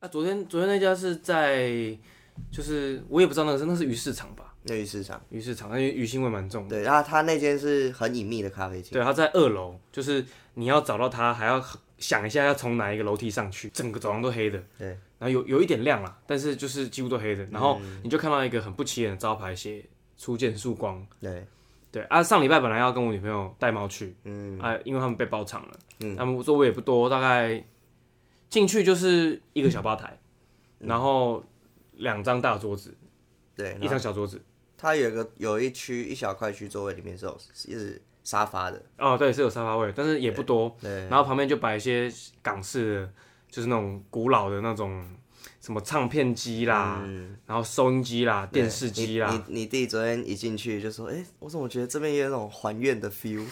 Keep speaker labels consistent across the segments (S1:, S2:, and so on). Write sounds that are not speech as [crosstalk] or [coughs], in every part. S1: 啊，昨天昨天那家是在，就是我也不知道那个是那是鱼市场吧，
S2: 内鱼市场。
S1: 鱼市场，因为鱼腥味蛮重的。
S2: 对，然后他那间是很隐秘的咖啡厅，
S1: 对，它在二楼，就是你要找到它，还要想一下要从哪一个楼梯上去，整个走廊都黑的。
S2: 对，
S1: 然后有有一点亮啦，但是就是几乎都黑的。然后
S2: 嗯
S1: 你就看到一个很不起眼的招牌，写“初见曙光”。
S2: 对，
S1: 对啊，上礼拜本来要跟我女朋友带猫去，嗯，啊，因为他们被包场了，嗯，他们座位也不多，大概进去就是一个小吧台，然后两张大桌子，
S2: 嗯对，
S1: 一张小桌子，
S2: 它有一个有一区一小块区座位里面是有是沙发的，
S1: 哦，对，是有沙发位，但是也不多，然后旁边就摆一些港式的，就是那种古老的那种什么唱片机啦，
S2: 嗯
S1: 然后收音机啦，啊电视机啦，
S2: 你你你弟昨天一进去就说，哎、我怎么觉得这边也有那种还愿的 feel？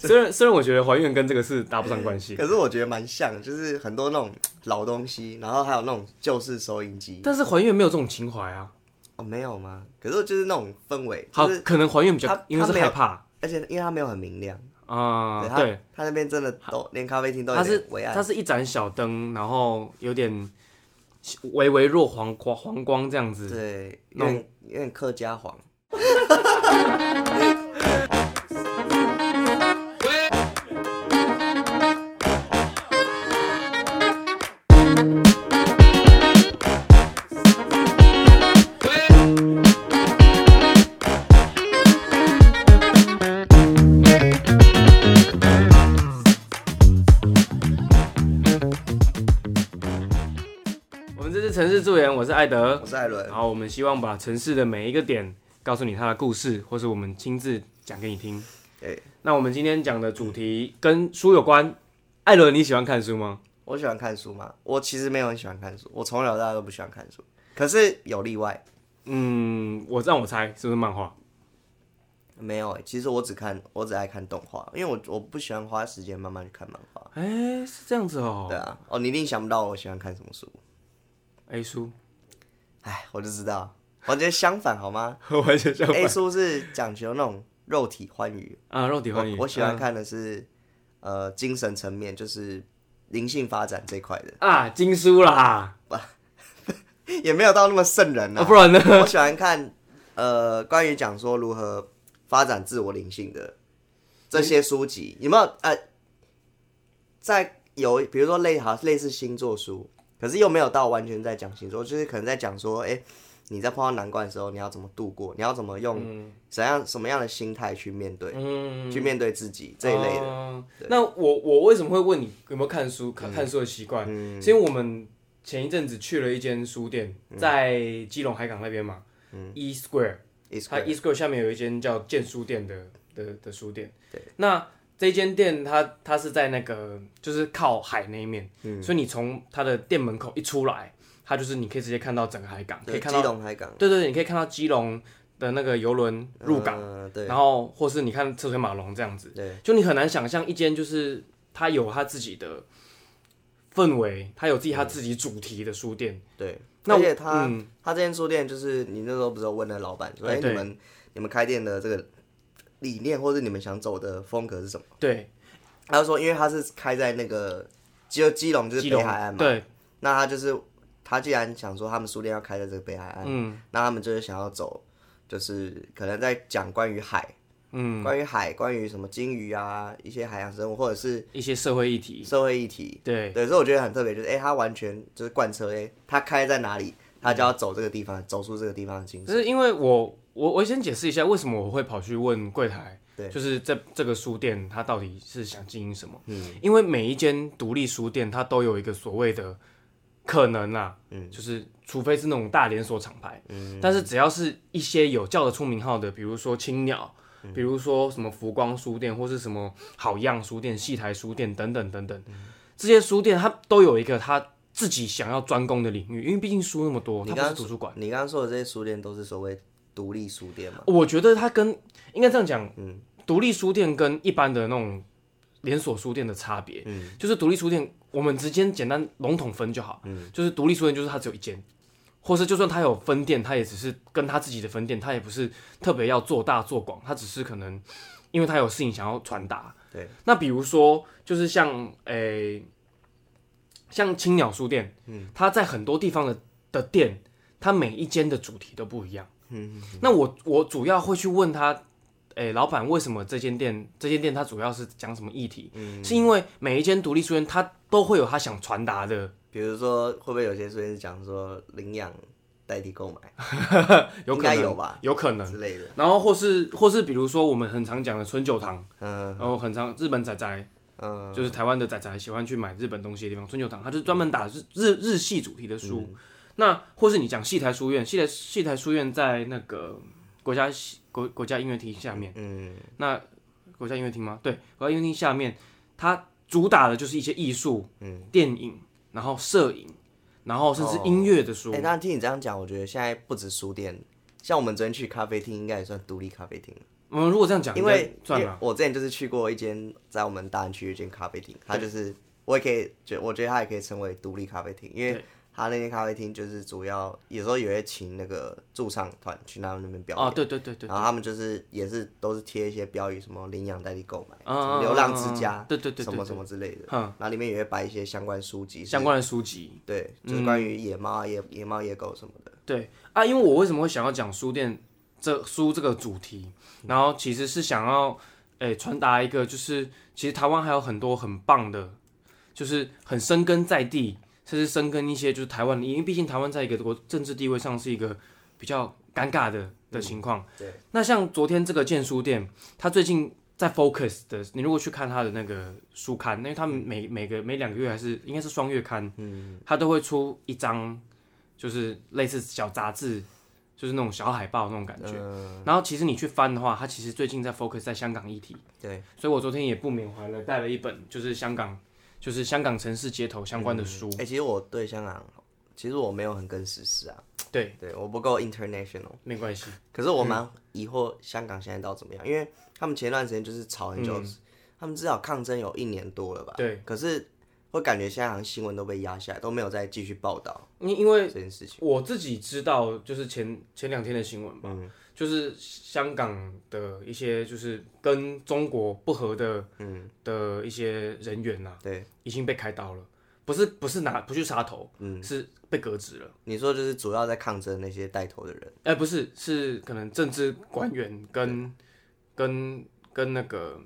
S1: 虽然虽然我觉得还愿跟这个是搭不上关系，
S2: 可是我觉得蛮像的，就是很多那种老东西，然后还有那种旧式收音机。
S1: 但是还愿没有这种情怀啊，
S2: 哦，没有吗？可是就是那种氛围，
S1: 好
S2: 就是，
S1: 可能还愿比较
S2: 他
S1: 因为
S2: 他
S1: 是
S2: 没有
S1: 害怕。
S2: 而且因为它没有很明亮，
S1: 啊、
S2: 它
S1: 对，
S2: 它那边真的都连咖啡厅都有
S1: 它是
S2: 点微暗，
S1: 它是一盏小灯，然后有点微微弱黄光黄光这样子。
S2: 对，
S1: 那
S2: 有
S1: 种
S2: 点有点客家黄。
S1: 我们这是城市助演，我是艾德
S2: 我。是艾伦
S1: 然，后我们希望把城市的每一个点告诉你它的故事，或是我们亲自讲给你听。
S2: 对，
S1: 那我们今天讲的主题跟书有关。艾伦，你喜欢看书吗？
S2: 我喜欢看书嘛，我其实没有很喜欢看书，我从小到大都不喜欢看书，可是有例外，
S1: 嗯，我让我猜，是不是漫画？
S2: 没有、欸。其实我只看，我只爱看动画，因为我我不喜欢花时间慢慢去看漫画。
S1: 哎、是这样子哦、
S2: 对啊，哦，你一定想不到我喜欢看什么书，
S1: A [laughs] 书，
S2: 哎，我就知道，我觉得相反好吗
S1: 完全 [laughs] 相反
S2: ？A 书是讲究那种肉体欢愉，
S1: 啊，肉体欢愉
S2: 我，我喜欢看的是、呃精神层面，就是灵性发展这块的， [laughs]
S1: 啊，经书啦，
S2: 也没有到那么圣人
S1: 啊，
S2: 啊。
S1: 不然呢？
S2: 我喜欢看呃关于讲说如何发展自我灵性的这些书籍，有没有？呃，在有比如说类好类似星座书，可是又没有到完全在讲星座，就是可能在讲说，哎、你在碰到难关的时候，你要怎么度过？你要怎么用怎样、什么样的心态去面对，
S1: 嗯，
S2: 去面对自己这一类的？
S1: 哦那我我为什么会问你有没有看书
S2: 嗯
S1: 看看书的习惯？是因为我们前一阵子去了一间书店，
S2: 嗯
S1: 在基隆海港那边嘛，E Square，
S2: It's
S1: 它 E Square 下面有一间叫建书店的的的书店。对，那这间店它它是在那个就是靠海那一面，
S2: 嗯
S1: 所以你从它的店门口一出来，它就是你可以直接看到整个海港，可以
S2: 对
S1: 看
S2: 基
S1: 到，
S2: 隆海港
S1: 对对对，你可以看到基隆的那个游轮入港。
S2: 嗯对
S1: 然后或是你看车水马龙这样子，
S2: 对，
S1: 就你很难想象一间就是它有它自己的氛围，它有自己
S2: 嗯
S1: 它自己主题的书店，
S2: 对，
S1: 那
S2: 而
S1: 我
S2: 且他、
S1: 嗯
S2: 他这间书店就是你那时候不是有问那老板说，
S1: 哎
S2: 哎、
S1: 对
S2: 你们你们开店的这个理念或者你们想走的风格是什么？
S1: 对，
S2: 他就说，因为他是开在那个就基隆就是
S1: 基
S2: 北
S1: 隆
S2: 海岸嘛，
S1: 对，
S2: 那他就是他既然想说他们书店要开在这个北海岸，
S1: 嗯
S2: 那他们就是想要走，就是可能在讲关于海，
S1: 嗯，
S2: 关于海，关于什么鲸鱼啊，一些海洋生物或者是
S1: 一些社会议题，
S2: 社会议题，
S1: 对，
S2: 对，所以我觉得很特别，就是哎、诶他完全就是贯彻哎、诶他开在哪里，他就要走这个地方，走出这个地方的精
S1: 就
S2: 神。
S1: 是因为我我我先解释一下为什么我会跑去问柜台，
S2: 对
S1: 就是这这个书店它到底是想经营什么？嗯，因为每一间独立书店它都有一个所谓的可能啊，嗯，就是除非是那种大连锁厂牌，嗯，但是只要是一些有叫得出名号的，比如说青鸟。
S2: 嗯
S1: 比如说什么浮光书店，或是什么好样书店、戏台书店等等等等，这些书店它都有一个它自己想要专攻的领域，因为毕竟书那么多，它
S2: 你
S1: 不
S2: 刚
S1: 是
S2: 刚
S1: 图书馆。
S2: 你刚刚说的这些书店都是所谓独立书店嘛？
S1: 我觉得它跟应该这样讲，嗯，独立书店跟一般的那种连锁书店的差别，嗯，就是独立书店我们直接简单笼统分就好，嗯，就是独立书店就是它只有一间，或是就算它有分店，它也只是跟它自己的分店，它也不是特别要做大做广，它只是可能因为它有事情想要传达，
S2: 对，
S1: 那比如说就是像诶、像青鸟书店，嗯，它在很多地方的的店，它每一间的主题都不一样。嗯，那我我主要会去问他，诶、老板为什么这间店这间店它主要是讲什么议题？嗯，是因为每一间独立书店它都会有它想传达的，
S2: 比如说会不会有些书店是讲说领养代替购买
S1: 有可能
S2: 应该有吧，
S1: 有可能。
S2: 之类的？
S1: 然后或是或是比如说我们很常讲的春酒堂，
S2: 嗯
S1: 然后很常日本仔仔，
S2: 嗯，
S1: 就是台湾的仔仔喜欢去买日本东西的地方，春酒堂，它就是专门打日日日系主题的
S2: 嗯
S1: 书。那或是你讲戏台书院，戏台戏台书院在那个国家戏国国家音乐厅下面，
S2: 嗯
S1: 那国家音乐厅吗？对，国家音乐厅下面，它主打的就是一些艺术、
S2: 嗯
S1: 电影，然后摄影，然后甚至音乐的书。
S2: 哎、那听你这样讲，我觉得现在不止书店，像我们昨天去咖啡厅，应该也算独立咖啡厅。
S1: 我们如果这样讲，
S2: 因为
S1: 算
S2: 因
S1: 了
S2: 为，我之前就是去过一间在我们大安区一间咖啡厅，它就是我也可以觉，我觉得它也可以称为独立咖啡厅，因为它那间咖啡厅就是主要有时候也会请那个驻唱团去他们那边表演，
S1: 啊，对对对对，
S2: 然后他们就是也是都是贴一些标语，什么领养代替购买，
S1: 啊
S2: 什么流浪之家，
S1: 对对对对
S2: 什么什么之类的，
S1: 嗯
S2: 然后里面也会摆一些相关书籍，
S1: 相关的书籍。嗯
S2: 对，就是关于野猫啊、野野猫、野狗什么的，
S1: 对啊，因为我为什么会想要讲书店这书这个主题，然后其实是想要诶传达一个，就是其实台湾还有很多很棒的，就是很深根在地，甚至深根一些就是台湾，因为毕竟台湾在一个国政治地位上是一个比较尴尬的的情况。
S2: 嗯对，
S1: 那像昨天这个建书店，它最近。在 Focus 的，你如果去看它的那个书刊，因为他们
S2: 嗯
S1: 每每个每两个月还是应该是双月刊，嗯，它都会出一张就是类似小杂志，就是那种小海报那种感觉。
S2: 嗯
S1: 然后其实你去翻的话，它其实最近在 focus 在香港议题，
S2: 对，
S1: 所以我昨天也不缅怀了，带了一本就是香港，就是香港城市街头相关的书。
S2: 哎、其实我对香港，其实我没有很跟时事啊，
S1: 对，
S2: 对，我不够 international。
S1: 没关系。
S2: 可是我蛮疑惑香港现在到怎么样，因为他们前段时间就是吵很久，他们至少抗争有一年多了吧？
S1: 嗯对。
S2: 可是我感觉现在好像新闻都被压下来，都没有再继续报道
S1: 因因为
S2: 这件事情。
S1: 我自己知道，就是前前两天的新闻吧，就是香港的一些就是跟中国不合的，嗯，的一些人员呐、
S2: 对，
S1: 已经被开刀了，不是不是拿不去杀头，嗯，是被革职了。
S2: 你说就是主要在抗争那些带头的人，
S1: 哎、不是，是可能政治官员跟跟跟那个，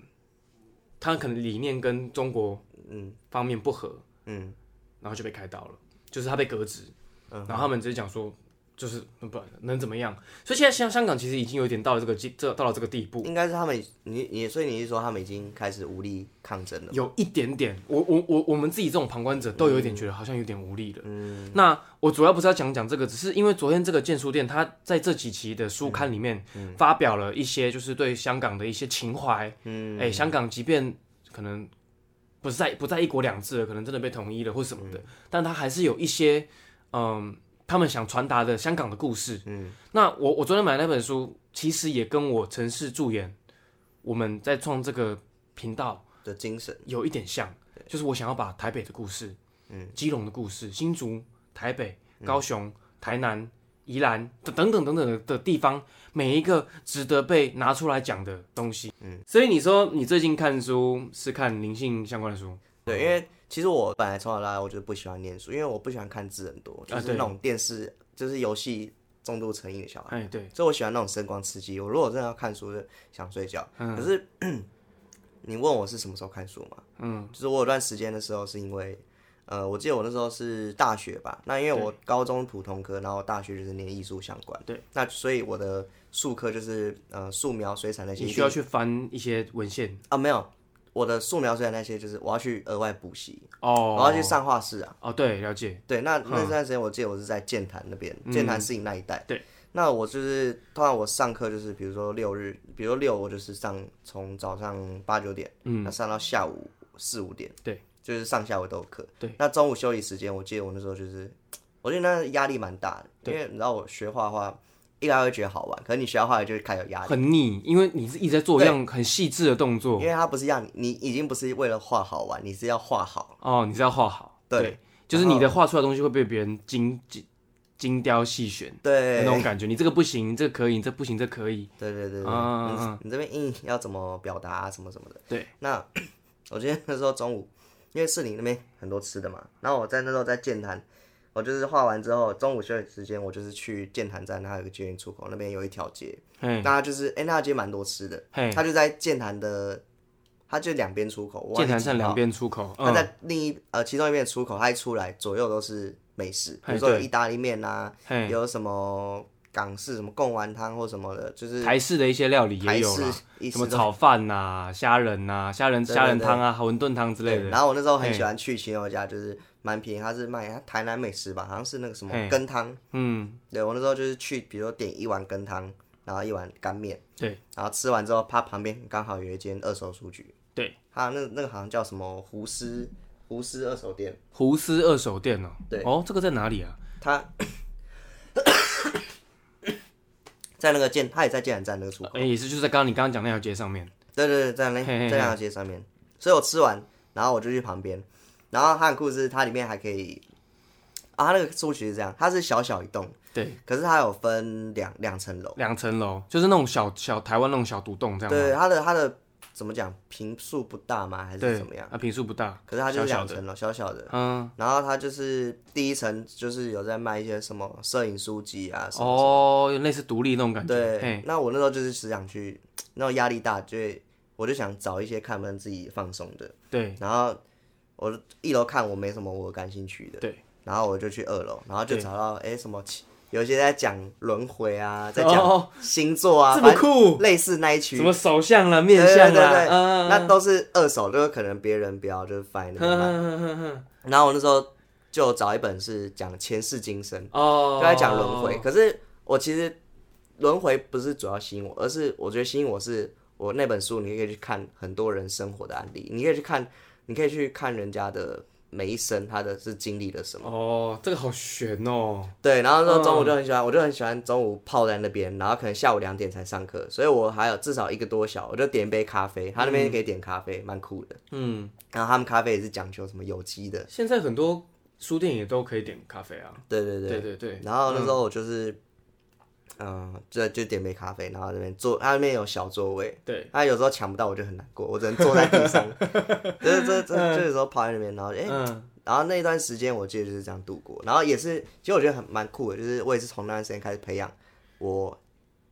S1: 他可能理念跟中国嗯方面不合，
S2: 嗯，
S1: 然后就被开刀了，就是他被革职，然后他们直接讲说，就是不然能怎么样？所以现在香香港其实已经有点到了这个地这到了这个地步，
S2: 应该是他们，你你，所以你是说他们已经开始无力抗争了？
S1: 有一点点，我我我我们自己这种旁观者都有一点觉得好像有点无力了。那我主要不是要讲讲这个，只是因为昨天这个建书店，它在这几期的书刊里面发表了一些就是对香港的一些情怀。嗯，哎、香港即便可能不是在不在一国两制了，可能真的被统一了或什么的，但它还是有一些嗯。他们想传达的香港的故事，嗯，那我我昨天买那本书，其实也跟我城市助演，我们在创这个频道
S2: 的精神，
S1: 有一点像，就是我想要把台北的故事、嗯，基隆的故事、新竹、台北、
S2: 嗯
S1: 高雄、台南、宜兰等等等等等的的地方，每一个值得被拿出来讲的东西。嗯，所以你说你最近看书是看灵性相关的书，
S2: 对，因为其实我本来从小到大我就不喜欢念书，因为我不喜欢看字很多，就
S1: 啊
S2: 是
S1: 对
S2: 那种电视，就是游戏重度成瘾的小孩。
S1: 哎，对，
S2: 所以我喜欢那种声光刺激。我如果真的要看书，就想睡觉。
S1: 嗯
S2: 可是 [clears throat] 你问我是什么时候看书嘛？嗯，就是我有段时间的时候，是因为呃，我记得我那时候是大学吧，那因为我高中普通科，然后大学就是念艺术相关，
S1: 对，
S2: 那所以我的术科就是呃素描、水彩那些
S1: 你需要去翻一些文献
S2: 啊，没有。我的素描、水彩那些，就是我要去额外补习，我要
S1: 哦，
S2: 去上画室啊。
S1: 哦，对，了解，嗯
S2: 对，那那段时间我记得我是在剑潭那边，剑潭市营那一带。
S1: 对，
S2: 那我就是通常我上课就是，比如说六日，比如说六我就是上从早上八九点，嗯，那上到下午四五点，
S1: 对，
S2: 就是上下午都有课。
S1: 对，
S2: 那中午休息时间，我记得我那时候就是，我觉得那压力蛮大的，因为你知道我学画画，一来会觉得好玩，可是你学到后来就会开始有压力。
S1: 很腻，因为你是一直在做一样很细致的动作
S2: 因为它不是让你，你已经不是为了画好玩，你是要画好。
S1: 哦，你是要画好，
S2: 对，
S1: 就是你的画出来的东西会被别人精精精雕细选。
S2: 对
S1: 那，种感觉。你这个不行，你这个可以，你这不行，这可以。
S2: 对对对对，
S1: 啊
S2: [coughs] 你你这边硬要怎么表达、啊、什么什么的。
S1: 对，
S2: 那我觉得那时候中午因为士林那边很多吃的嘛。然后我在那时候在建潭，我就是画完之后，中午休息时间我就是去建潭站，它有个捷运出口，那边有一条街，
S1: 嘿，
S2: 大家就是哎、那条街蛮多吃的，
S1: 嗯嘿，
S2: 它就在建潭的，它就两边出口，我忘
S1: 剑
S2: 记
S1: 潭
S2: 几
S1: 站
S2: 号
S1: 两边出口，
S2: 那
S1: 嗯，
S2: 在另一呃其中一面出口，它一出来左右都是美食，比
S1: 哎
S2: 如说有
S1: 对
S2: 意大利面啦、
S1: 嘿，
S2: 有什么港式什么贡丸汤或什么的，就是
S1: 台式的一些料理也
S2: 台
S1: 有
S2: 式
S1: 啦，
S2: 一
S1: 什么
S2: 吃都
S1: 炒饭呐、虾仁呐、虾仁
S2: 对对
S1: 虾仁汤啊、馄饨汤之类
S2: 对
S1: 的。
S2: 然后我那时候很喜欢去其中一家，就是蛮便宜，它是卖台南美食吧，好像是那个什么
S1: 嘿
S2: 羹汤。
S1: 嗯，
S2: 对我那时候就是去，比如说点一碗羹汤，然后一碗干面，
S1: 对
S2: 然后吃完之后，它旁边刚好有一间二手书局，
S1: 对，
S2: 它那那个好像叫什么胡思胡思二手店，
S1: 胡思二手店哦。
S2: 对
S1: 哦，这个在哪里啊？
S2: 它 [coughs] 在那个建，它也在建南站那个出口。
S1: 哎，也是就是在刚刚你刚刚讲那条街上面。
S2: 对对对，在那
S1: 嘿嘿嘿
S2: 在那条街上面。所以我吃完，然后我就去旁边，然后它很酷是它里面还可以，啊，它那个书局是这样，它是小小一栋，
S1: 对，
S2: 可是它有分两两层楼，
S1: 两层楼，就是那种小小台湾那种小独栋这样吗。
S2: 对，它的它的怎么讲，平数不大吗？还是
S1: 对，
S2: 怎么样？
S1: 啊，平数不大，
S2: 可是它就是
S1: 小
S2: 两
S1: 小的。
S2: 层楼，小小的。
S1: 嗯，
S2: 然后它就是第一层就是有在卖一些什么摄影书籍啊什么
S1: 哦，类似独立那种感觉。嘿，
S2: 对，那我那时候就是只想去，那种压力大，就会我就想找一些看能自己放松的。
S1: 对，
S2: 然后我一楼看我没什么我感兴趣的，
S1: 对，
S2: 然后我就去二楼，然后就找到哎、诶什么奇，有一些在讲轮回啊，在
S1: 哦
S2: 讲星座啊，
S1: 这么
S2: 反正
S1: 酷，
S2: 类似那一区
S1: 什，么手相啦、
S2: 对
S1: 面
S2: 对
S1: 相
S2: 对对，
S1: 啦，嗯，
S2: 那都是二手，就是可能别人不要，就是放在那边卖。
S1: 哼哼哼哼
S2: 然后我那时候就找一本是讲前世今生。
S1: 哦，
S2: 就在讲轮回。可是我其实轮回不是主要吸引我，而是我觉得吸引我是我那本书，你可以去看很多人生活的案例，你可以去看，你可以去看人家的每一生，他的是经历了什么。
S1: 哦，这个好悬哦。
S2: 对，然后说中午就很喜欢，我就很喜欢中午泡在那边，然后可能下午两点才上课，所以我还有至少一个多小，我就点一杯咖啡，他那边可以点咖啡，蛮酷的。
S1: 嗯，
S2: 然后他们咖啡也是讲究什么有机的，
S1: 现在很多书店也都可以点咖啡啊。
S2: 对对对。
S1: 对对对，
S2: 然后那时候我就是，嗯，就就点杯咖啡，然后那边坐，它那边有小座位，
S1: 对，
S2: 他有时候抢不到我就很难过，我只能坐在
S1: [laughs]
S2: 地上，就是这这就有时候趴在那边，然后哎、
S1: 嗯，
S2: 然后那一段时间我记得就是这样度过，然后也是，其实我觉得很蛮酷的，就是我也是从那段时间开始培养我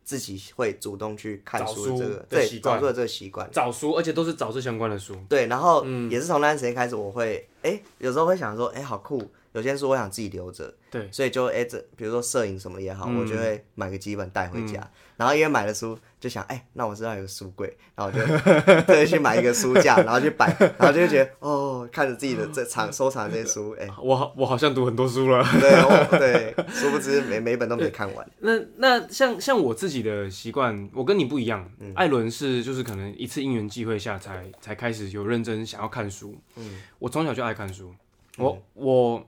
S2: 自己会主动去看
S1: 找书
S2: 书的这个
S1: 的
S2: 对
S1: 习
S2: 找
S1: 惯
S2: 书的这个习惯。
S1: 找书，而且都是找这相关的书。
S2: 对，然后
S1: 嗯
S2: 也是从那段时间开始，我会哎、诶有时候会想说，哎、好酷，有些书我想自己留着，
S1: 对，嗯
S2: 所以就哎、诶这比如说摄影什么也好，我就会买个几本带回家，然后因为买了书，就想哎、诶那我知道有个书柜，然后我就特意去买一个书架，然后去摆，然后就会觉得哦，看着自己的这藏收藏这些书，哎、
S1: 啊我好我好像读很多书了。
S2: 对我对，殊不知每每一本都没看完，
S1: 那那像像我自己的习惯，我跟你不一样。
S2: 嗯
S1: 艾伦是就是可能一次因缘际会下才才开始有认真想要看书。嗯，我从小就爱看书，
S2: 嗯
S1: 我、我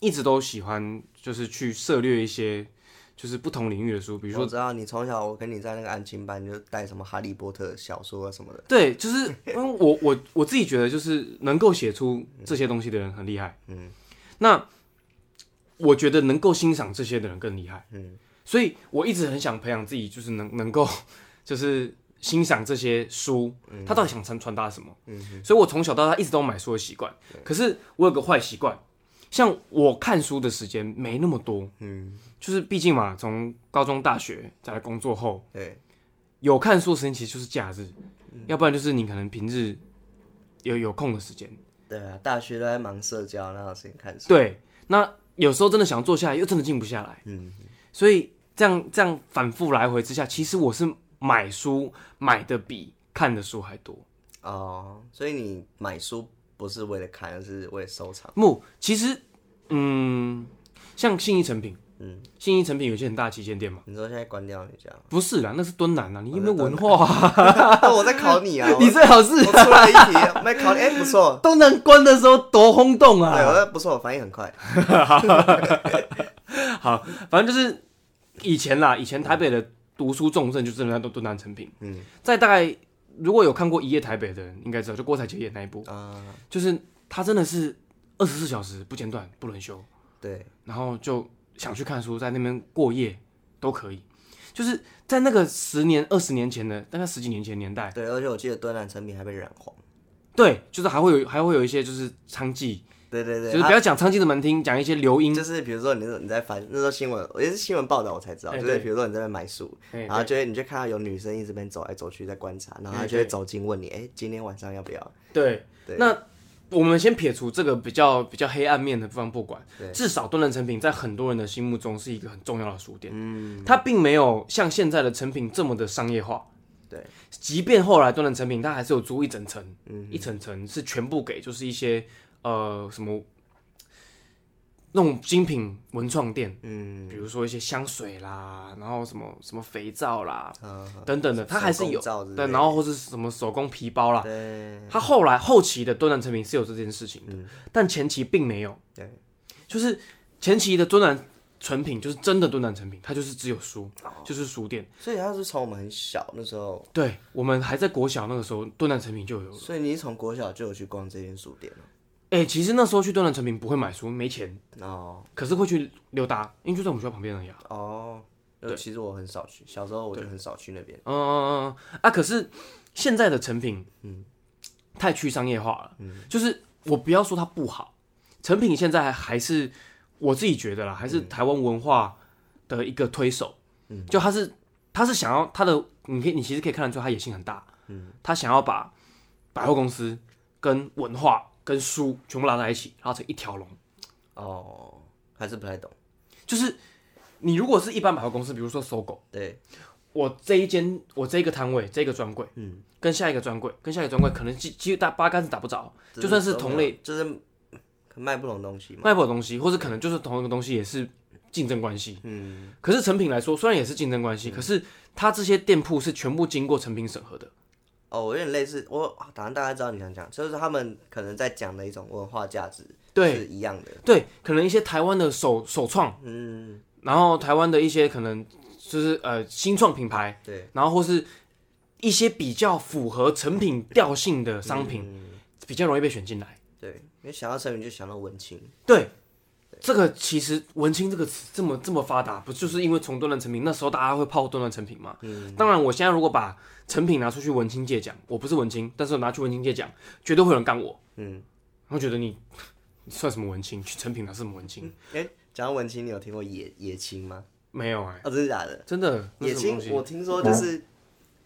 S1: 一直都喜欢就是去涉猎一些就是不同领域的书，比如说
S2: 我知道你从小我跟你在那个安亲班，你就带什么哈利波特小说啊什么的，
S1: 对，就是因为我我我自己觉得，就是能够写出这些东西的人很厉害。嗯，那我觉得能够欣赏这些的人更厉害。嗯，所以我一直很想培养自己，就是能能够就是欣赏这些书，他到底想传传达什么？嗯，所以我从小到大一直都有买书的习惯。可是我有个坏习惯，像我看书的时间没那么多。嗯，就是毕竟嘛，从高中、大学再来工作后，
S2: 对，
S1: 有看书的时间其实就是假日，要不然就是你可能平日有有空的时间。
S2: 对啊，大学都在忙社交，哪有时间看书？
S1: 对，那有时候真的想坐下来，又真的静不下来。嗯，所以这样这样反复来回之下，其实我是买书买的比看的书还多。
S2: 哦，所以你买书不是为了看，而是为了收藏。
S1: 木其实，嗯，像信义成品，嗯，信义成品有一些很大的旗舰店嘛，，
S2: 你说现在关掉你这样 [laughs]
S1: 不是啦，那是敦南啦，你有没有文化啊？
S2: 那我在考你啊，
S1: [laughs]
S2: 我
S1: 你最好是
S2: 我出了一题，没考你，哎、不错，
S1: 东南关的时候多轰动
S2: 对，
S1: 啊！
S2: 我不错，我反应很快。
S1: 好，反正就是以前啦，以前台北的读书重镇就真的在敦南成品。嗯，在大概如果有看过《一夜台北》的人，应该知道，就郭采洁演那一部，
S2: 啊、
S1: 就是他真的是二十四小时不间断、不轮休，
S2: 对，
S1: 然后就想去看书，在那边过夜都可以。就是在那个十年、二十年前的，大概十几年前的年代，
S2: 对，而且我记得敦南成品还被染黄，
S1: 对，就是还会有还会有一些就是娼妓，
S2: 对对对，
S1: 就是
S2: 啊
S1: 不要讲娼妓的难听，讲一些流音，
S2: 就是比如说你那时候你在翻那时候新闻，也是新闻报道我才知道，
S1: 哎
S2: 就是
S1: 对
S2: 比如说你在那边买书，
S1: 哎
S2: 然后就会你就看到有女生一直在那边走来走去在观察，然后她就会走近问你，哎，今天晚上要不要？
S1: 对，
S2: 对
S1: 那我们先撇除这个比较比较黑暗面的地方不管，至少敦仁成品在很多人的心目中是一个很重要的书店。嗯，它并没有像现在的成品这么的商业化。
S2: 对，
S1: 即便后来敦仁成品，它还是有租一整层，
S2: 嗯
S1: 一整层是全部给就是一些呃什么那种精品文创店，
S2: 嗯，
S1: 比如说一些香水啦，然后什么什么肥皂啦
S2: 嗯
S1: 啊等等的，它还是有
S2: 手工皂之类
S1: 对，
S2: 的
S1: 然后或是什么手工皮包啦，
S2: 对
S1: 他后来后期的敦南成品是有这件事情的，但前期并没有。
S2: 嗯对，
S1: 就是前期的敦南成品就是真的敦南成品，它就是只有书，
S2: 哦
S1: 就是书店。
S2: 所以她是从我们很小那时候，
S1: 对我们还在国小那个时候，敦南成品就有。
S2: 所以你从国小就有去逛这间书店了
S1: 哎、其实那时候去敦南成品不会买书，没钱，
S2: 哦
S1: 可是会去溜达，因为就在我们学校旁边而已啊。
S2: 哦，呃其实我很少去，小时候我就很少去那边，
S1: 嗯嗯嗯嗯啊，可是现在的成品，嗯，太去商业化了。嗯，就是我不要说它不好，成品现在还还是我自己觉得啦，还是台湾文化的一个推手。嗯，就他是他是想要他的，你可以你其实可以看得出他野心很大。嗯，他想要把百货公司跟文化跟书全部拉在一起，拉成一条龙。
S2: 哦，还是不太懂，
S1: 就是你如果是一般百货公司，比如说搜狗。
S2: 对，
S1: 我这一间，我这个摊位，这个专柜，嗯，跟下一个专柜，跟下一个专柜，可能几几乎打八竿子打不着，就算是同类
S2: 就是卖不同东西嘛，
S1: 卖不好东西，或者可能就是同一个东西，也是竞争关系。嗯，可是成品来说，虽然也是竞争关系，可是它这些店铺是全部经过成品审核的。
S2: 哦，我有点类似，我好像大概知道你想讲，就是他们可能在讲的一种文化价值，
S1: 对
S2: 是一样的，
S1: 对，可能一些台湾的首首创，
S2: 嗯，
S1: 然后台湾的一些可能就是呃新创品牌，
S2: 对，
S1: 然后或是一些比较符合成品调性的商品，比较容易被选进来。
S2: 对，因为想到成语就想到文
S1: [laughs]
S2: 青，
S1: 对，这个其实“文青”这个词这么这么发达，不就是因为从敦南成品那时候大家会泡敦南成品嘛？
S2: 嗯
S1: 当然，我现在如果把成品拿出去文青界讲，我不是文青，但是我拿去文青界讲，绝对会有人干我。
S2: 嗯，
S1: 然后觉得你你算什么文青？去成品拿什么文青？
S2: 哎、讲到文青，你有听过野野青吗？
S1: 没有哎、
S2: 哦，真的假的？
S1: 真的那
S2: 野
S1: 是什么
S2: 青
S1: 东，西
S2: 我听说就是，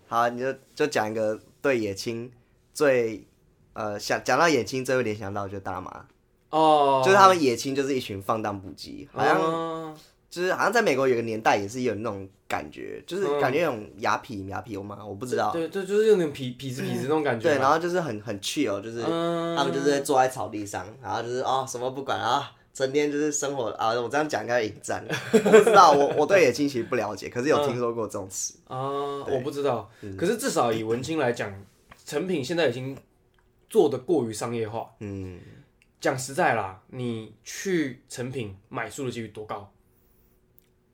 S2: 好，你就就讲一个对野青最，呃，想讲到野青最会联想到就大麻，
S1: 哦，
S2: 就是他们野青就是一群放荡不羁，好像
S1: 像
S2: 就是好像在美国有个年代也是有那种感觉，就是
S1: 嗯
S2: 感觉那种雅痞雅痞吗？我不知道。
S1: 对，对，就是有点痞痞子痞子那种感觉
S2: 对，
S1: 嘛。
S2: 然后就是很很 chill，就是
S1: 嗯
S2: 他们就是坐在草地上，然后就是哦什么不管啊，整天就是生活啊。我这样讲应该引战，我不知道我我对野青其实不了解，可是
S1: 嗯
S2: 有听说过这种词。
S1: 啊，我不知道。
S2: 嗯
S1: 可是至少以文青来讲，成品现在已经做的过于商业化。
S2: 嗯，
S1: 讲实在啦，你去成品买书的几率多高？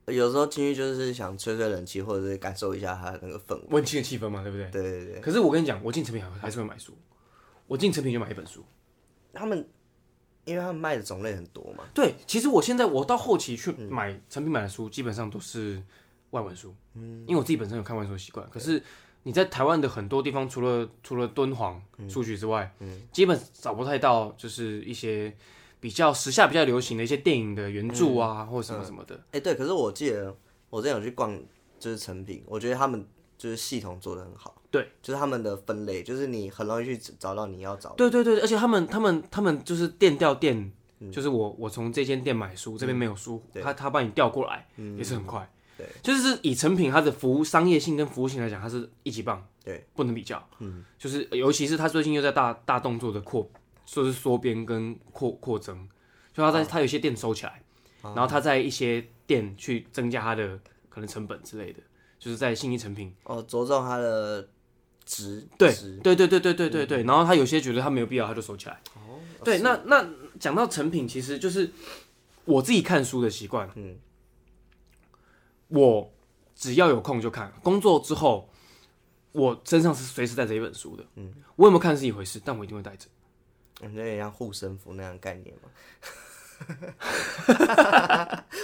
S2: 有时候进去就是想吹吹冷气，或者是感受一下它的那个氛围。
S1: 温馨的气氛嘛，对不对？
S2: 对对对，
S1: 可是我跟你讲，我进成品还还是会买书，我进成品就买一本书。
S2: 他们因为他们卖的种类很多嘛，
S1: 对，其实我现在我到后期去买成品买的书，基本上都是外文书，嗯，因为我自己本身有看外文书的习惯。可是你在台湾的很多地方，除了除了敦煌书局之外，嗯，基本找不太到就是一些比较时下比较流行的一些电影的原著啊，或什么什么的。
S2: 哎、对，可是我记得我之前有去逛，就是成品，我觉得他们就是系统做的很好。
S1: 对，
S2: 就是他们的分类，就是你很容易去找到你要找的。
S1: 对对对，而且他们他们他们就是店调店，
S2: 嗯
S1: 就是我我从这间店买书，这边没有书，他他帮你调过来，也是很快。
S2: 嗯对，
S1: 就是以成品它的服务商业性跟服务性来讲，它是一级棒，
S2: 对，
S1: 不能比较。嗯，就是尤其是他最近又在大大动作的扩，说是缩编跟扩扩增，就
S2: 啊
S1: 他在他有一些店收起来，然后他在一些店去增加他的可能成本之类的，就是在信义成品。
S2: 哦，着重它的值。
S1: 对
S2: 值嗯
S1: 对对对对对对对，然后他有些觉得他没有必要，他就收起来。
S2: 哦，
S1: 对，那那讲到成品，其实就是我自己看书的习惯。嗯，我只要有空就看，工作之后我身上是随时带着一本书的。嗯，我有没有看是一回事，但我一定会带着。 [laughs]
S2: 嗯有点像护身符那样概念 [laughs] 嘛。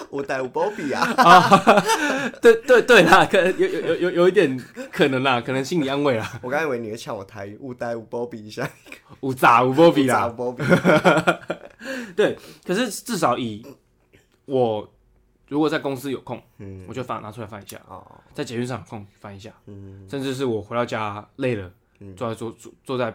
S2: 我带我包庇啊，啊
S1: 对对对啦，可有有有有有一点可能啦，可能心理安慰啦， [laughs]
S2: 我刚以为你会呛我台语，勿呆勿波比一下，
S1: 五杂五波比啦
S2: 杂，波比，
S1: 对，可是至少以我如果在公司有空，我就翻拿出来翻一下，
S2: 嗯哦，
S1: 在捷运上有空翻一下，
S2: 嗯，
S1: 甚至是我回到家累了，坐在坐坐坐在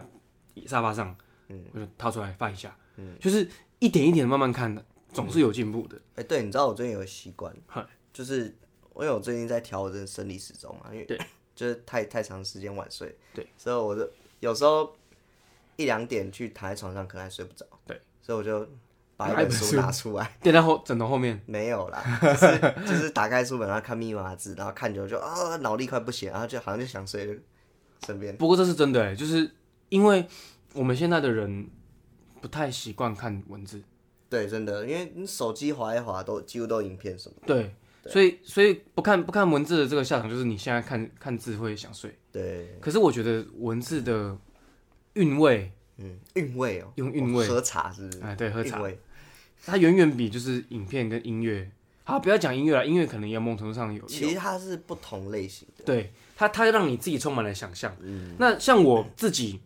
S1: 沙发上，
S2: 嗯
S1: 我就掏出来翻一下，就是一点一点慢慢看的，总是有进步的。
S2: 哎、对，你知道我最近有个习惯
S1: 嗨，
S2: 就是因为我最近在调整生理时钟嘛，因为
S1: 对
S2: 就是太太长时间晚睡，
S1: 对，
S2: 所以我就有时候一两点去躺在床上，可能还睡不着，
S1: 对，
S2: 所以我就把一
S1: 拿一
S2: 本
S1: 本
S2: 书拿出来，
S1: 垫在后枕头后面，
S2: 没有
S1: [laughs]
S2: 啦，就是就是打开书本，然后看密码字，然后看久了就啊脑力快不行，然后就好像就想睡，就身边
S1: 不过这是真的哎、就是因为我们现在的人不太习惯看文字，
S2: 对，真的，因为你手机滑一滑都几乎都影片什么，
S1: 对，所以所以不看不看文字的这个下场就是你现在看看字会想睡，
S2: 对，
S1: 可是我觉得文字的韵味，
S2: 嗯，韵味哦，
S1: 用韵味
S2: 喝茶是不是？
S1: 哎对喝茶
S2: 韵味
S1: 它远远比就是影片跟音乐，好不要讲音乐了，音乐可能也某种程度上有，
S2: 其实它是不同类型的。嗯
S1: 对它它让你自己充满了想象。那像我自己，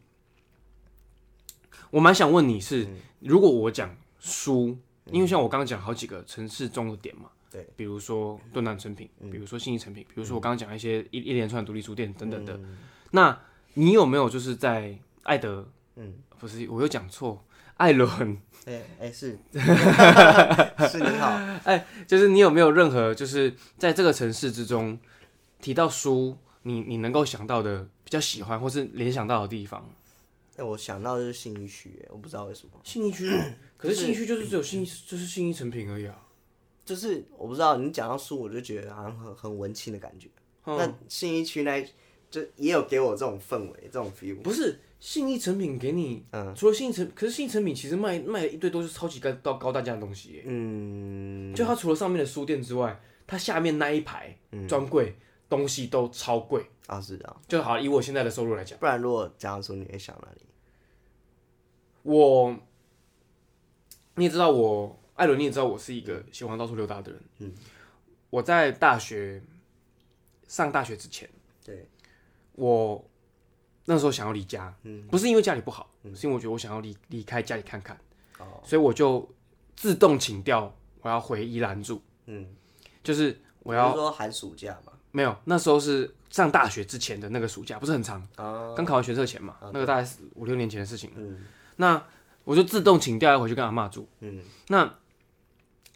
S1: 我蛮想问你是，
S2: 嗯
S1: 如果我讲书，因为像我刚刚讲好几个城市中的点嘛。
S2: 对，嗯
S1: 比如说敦南成品，比如说信义成品，比如说我刚刚讲一些一一连串的独立书店等等的。那你有没有就是在艾德？嗯，不是，我又讲错，艾伦，
S2: 哎、
S1: [laughs]
S2: 哎、是，是你好，
S1: 就是你有没有任何就是在这个城市之中提到书，你你能够想到的比较喜欢或是联想到的地方？
S2: 哎、我想到的是信义区，哎我不知道为什么，
S1: 信义区， [clears throat] 可是信义区就是只有信义，就是信义成品而已啊。
S2: 就是我不知道你讲到书，我就觉得好像很很文青的感觉。
S1: 嗯
S2: 那信义区那一就也有给我这种氛围，这种 feel。
S1: 不是信义成品给你，除了信义成，可是信义成品其实卖卖了一堆都是超级高高高单价的东西耶。
S2: 嗯，
S1: 就它除了上面的书店之外，它下面那一排专柜、东西都超贵。
S2: 啊是啊，
S1: 就嗯好，以我现在的收入来讲，
S2: 不然如果讲到书，你会想哪里？
S1: 我你也知道我，艾伦你也知道我是一个喜欢到处溜达的人。嗯，我在大学上大学之前，
S2: 对，
S1: 我那时候想要离家，嗯，不是因为家里不好，是因为我觉得我想要离离开家里看看，
S2: 哦，
S1: 所以我就自动请调，我要回宜兰住，
S2: 嗯，
S1: 就是我要。
S2: 要说寒暑假嘛，
S1: 没有，那时候是上大学之前的那个暑假，不是很长，
S2: 啊，
S1: 刚考完学测前嘛，那个大概是五六年前的事情。
S2: 嗯
S1: 那我就自动请假要回去跟阿嬷住，
S2: 嗯
S1: 那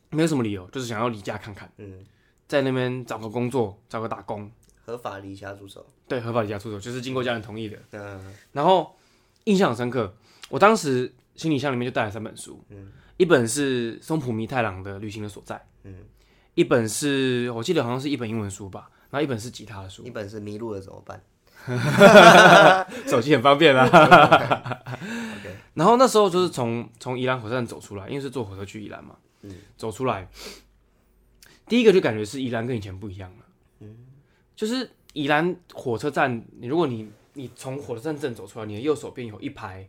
S1: 没有什么理由，就是想要离家看看，
S2: 嗯，
S1: 在那边找个工作，找个打工，
S2: 合法离家出走，
S1: 对，合法离家出走，就是经过家人同意的。
S2: 嗯
S1: 然后印象很深刻，我当时行李箱里面就带了三本书，一本是松浦弥太郎的《旅行的所在》，
S2: 嗯，
S1: 一本是我记得好像是一本英文书吧，然后一本是吉他的书
S2: 你，本身迷路了怎么办？
S1: [laughs] 手机很方便啦。啊 [laughs] 然后那时候就是从从宜兰火车站走出来，因为是坐火车去宜兰嘛，走出来，第一个就感觉是宜兰跟以前不一样了，就是宜兰火车站，你如果你你从火车站正走出来，你的右手边有一排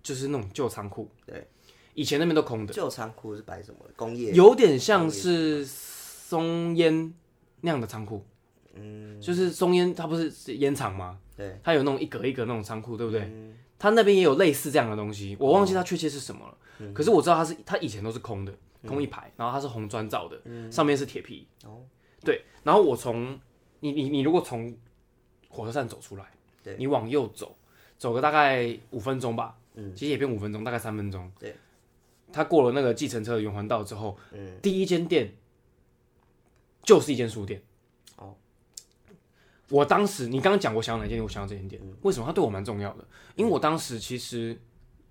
S1: 就是那种旧仓库，
S2: 对，
S1: 以前那边都空的，
S2: 旧仓库是摆什么？工业
S1: 有点像是松烟那样的仓库，嗯，就是松烟它不是是烟厂吗？
S2: 对，嗯
S1: 它有那种一格一格那种仓库，对不对？它那边也有类似这样的东西，我忘记它确切是什么了。
S2: 嗯
S1: 可是我知道它是它以前都是空的，空一排，然后它是红砖造的，上面是铁皮。
S2: 嗯哦
S1: 对，然后我从你你你如果从火车站走出来，
S2: 对
S1: 你往右走，走个大概五分钟吧，
S2: 嗯
S1: 其实也不用五分钟，大概三分钟。
S2: 对，
S1: 他过了那个计程车的圆环道之后，
S2: 嗯
S1: 第一间店就是一间书店。
S2: 哦，
S1: 我当时你刚刚讲我想要哪间店，我想要这间店，
S2: 嗯
S1: 为什么？它对我蛮重要的，因为我当时其实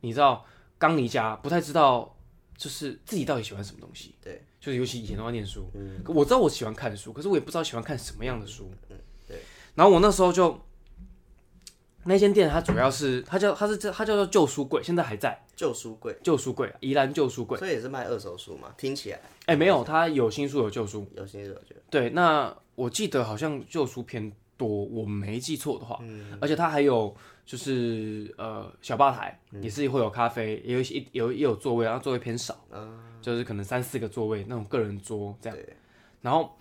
S1: 你知道刚离家，不太知道就是自己到底喜欢什么东西。
S2: 对，嗯
S1: 就是尤其以前都要念书，可我知道我喜欢看书，可是我也不知道喜欢看什么样的书。
S2: 对。
S1: 然后我那时候就。那间店它主要是它叫它是它叫做旧书柜，现在还在
S2: 旧书柜，
S1: 旧书柜，啊宜兰旧书柜。
S2: 所以也是卖二手书嘛？听起来
S1: 哎、没有，它有新书有旧书。
S2: 有些人觉得，
S1: 对，那我记得好像旧书偏多，我没记错的话，
S2: 嗯
S1: 而且它还有就是呃小吧台、
S2: 嗯
S1: 也是会有咖啡，也有一些也有也有座位，然后座位偏少，就是可能三四个座位那种个人桌这样。然后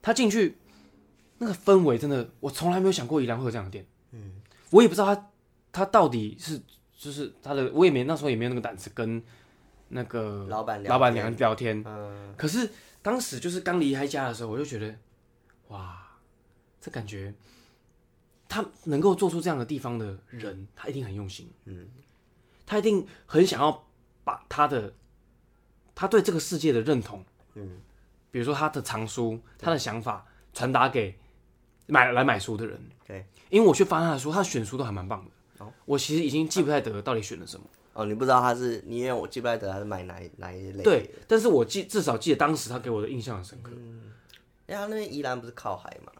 S1: 他进去，那个氛围真的，我从来没有想过宜兰会有这样的店。嗯，我也不知道他他到底是就是他的，我也没那时候也没有那个胆子跟那个
S2: 老板聊
S1: 老板
S2: 天
S1: 娘聊天。
S2: 嗯，
S1: 可是当时就是刚离开家的时候，我就觉得，哇，这感觉他能够做出这样的地方的人，他一定很用心。嗯，他一定很想要把他的他对这个世界的认同，嗯，比如说他的藏书、他的想法传达给买来买书的人。
S2: 对，
S1: 因为我去翻他的书，他选书都还蛮棒的。我其实已经记不太得到底选了什么。
S2: 哦，你不知道他是，你因为我记不太得他是买哪一哪一类。，
S1: 对，但是我记至少记得当时他给我的印象很深刻。
S2: 因为他那边宜兰不是靠海嘛，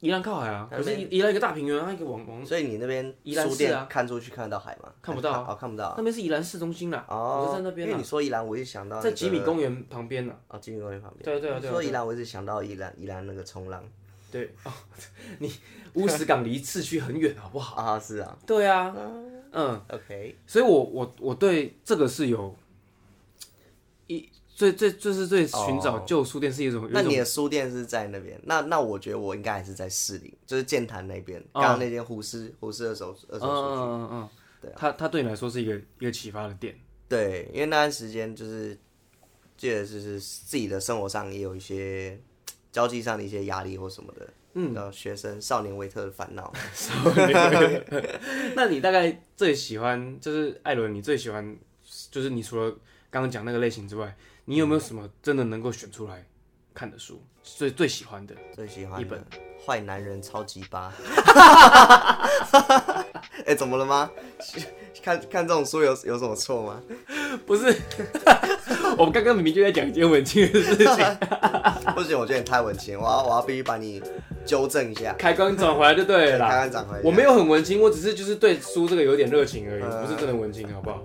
S1: 宜兰靠海啊，可是宜宜兰一个大平原，它一个往往
S2: 所以你那边
S1: 嗯宜兰
S2: 书
S1: 市
S2: 店
S1: 啊
S2: 看出去看得到海吗？
S1: 看不到啊
S2: 哦，看不到啊。
S1: 那边是宜兰市中心啦，
S2: 哦，
S1: 我就在那边
S2: 因为
S1: 啦，
S2: 你说宜兰，我一直想到
S1: 在
S2: 那
S1: 吉米
S2: 个
S1: 公园旁边呢。
S2: 哦，吉米公园旁边。
S1: 对啊对啊对啊
S2: 你说宜兰，我一直想到宜兰，宜兰那个冲浪
S1: 对哦， [laughs] 你乌石港离市区很远，好不好？
S2: 啊， [laughs] 是啊
S1: 对啊，嗯，
S2: ，OK，
S1: 所以我我我对这个是有一最最就是对
S2: 哦
S1: 寻找旧书店是一种有
S2: 那
S1: 一种
S2: 你的书店是在那边？那那我觉得我应该还是在士林，就是剑潭那边，
S1: 哦
S2: 刚刚那间胡适胡适二手二
S1: 嗯
S2: 手啊书。
S1: 嗯嗯嗯，对，它它对你来说是一个一个启发的
S2: [laughs]
S1: 点，
S2: 对，因为那段时间就是记得就是自己的生活上也有一些交际上的一些压力或什么的，嗯，然后学生少年维特的烦恼。
S1: 那你大概最喜欢就是艾伦，你最喜欢就是你除了刚刚讲那个类型之外，你有没有什么真的能够选出来看的书，最最喜欢的？ [laughs]
S2: 最喜欢
S1: 一
S2: 的
S1: 本
S2: 《坏男人超级八》。 [laughs] 哎、怎么了吗？看看这种书有有什么错吗？
S1: 不是， [laughs] 我们刚刚明明就在讲一件文青的事情，
S2: [laughs] 不行，我觉得你太文青，我要我要必须把你纠正一下。
S1: 开关转回来就对了
S2: 看
S1: 啦。
S2: 看长回，
S1: 我没有很文青，我只是就是对书这个有点热情而已，不是真的文青，好不
S2: [laughs]
S1: 好？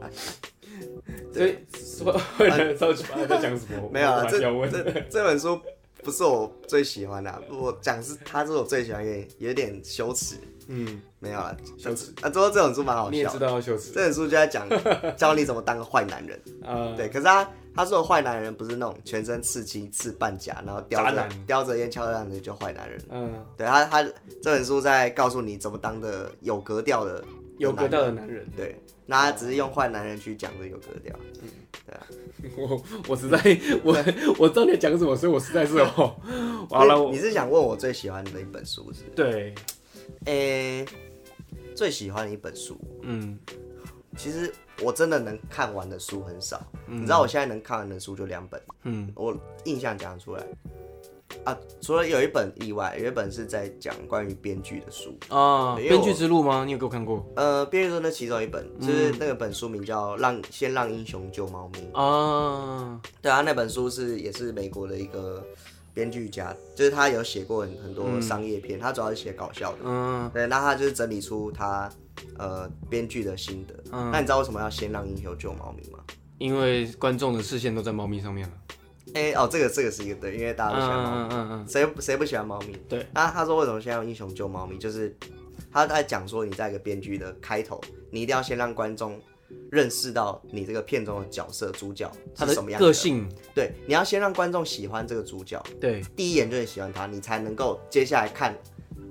S1: 所以说，会人超级在讲什么？
S2: [laughs] 没有啊，
S1: 我
S2: 这
S1: 还要问。
S2: 这这本书不是我最喜欢的啊、我讲是它是我最喜欢，有点有点羞耻。
S1: 嗯，
S2: 没有啊，
S1: 羞耻
S2: 啊。之后这本书蛮好
S1: 你也
S2: 笑
S1: 知
S2: 的，
S1: 道要啊羞耻
S2: 这本书就
S1: [laughs]
S2: 在讲教你怎么当个坏男人。
S1: 啊，
S2: 对，可是他他说的坏男人不是那种全身刺青、刺半甲，然后叼
S1: 渣
S2: 着
S1: 男
S2: 叼着烟、翘着烂的就坏男人。
S1: 嗯，
S2: 对他他这本书在告诉你怎么当的有格调的
S1: 有格调
S2: 男
S1: 的男人。 [laughs]
S2: 人。对，那他只是用坏男人去讲的有格调。
S1: 我我实在我我知道你在讲什么，所以我实在是
S2: [laughs]
S1: 哦，完了
S2: 所以
S1: 我
S2: 你是想问我最喜欢的一本书是？
S1: 对，
S2: 诶、最喜欢的一本书，
S1: 嗯
S2: 其实我真的能看完的书很少。你知道我现在能看完的书就两本，
S1: 嗯
S2: 我印象讲得出来。啊，除了有一本以外，有一本是在讲关于编剧的书。
S1: 啊，
S2: 因为我
S1: 编剧之路吗？你有给我看过
S2: 呃，编剧书那其中一本，就是那个本书名叫《让先让英雄救猫咪》。
S1: 啊？
S2: 对啊，那本书是也是美国的一个编剧家，就是他有写过很很多商业片，他主要是写搞笑的。
S1: 嗯
S2: 对，那他就是整理出他呃编剧的心得。
S1: 嗯
S2: 那你知道为什么要先让英雄救猫咪吗？
S1: 因为观众的视线都在猫咪上面了。
S2: 哎、哦，这个这个是一个对，因为大家都喜欢猫咪，
S1: 嗯嗯嗯嗯，
S2: 谁谁不喜欢猫咪？
S1: 对。
S2: 那他说为什么先让英雄救猫咪？就是他在讲说，你在一个编剧的开头，你一定要先让观众认识到你这个片中的角色主角
S1: 嗯他
S2: 是
S1: 的
S2: 什么样
S1: 个
S2: 的。
S1: 性
S2: 对，你要先让观众喜欢这个主角，
S1: 对
S2: 第一眼就很喜欢他，你才能够接下来看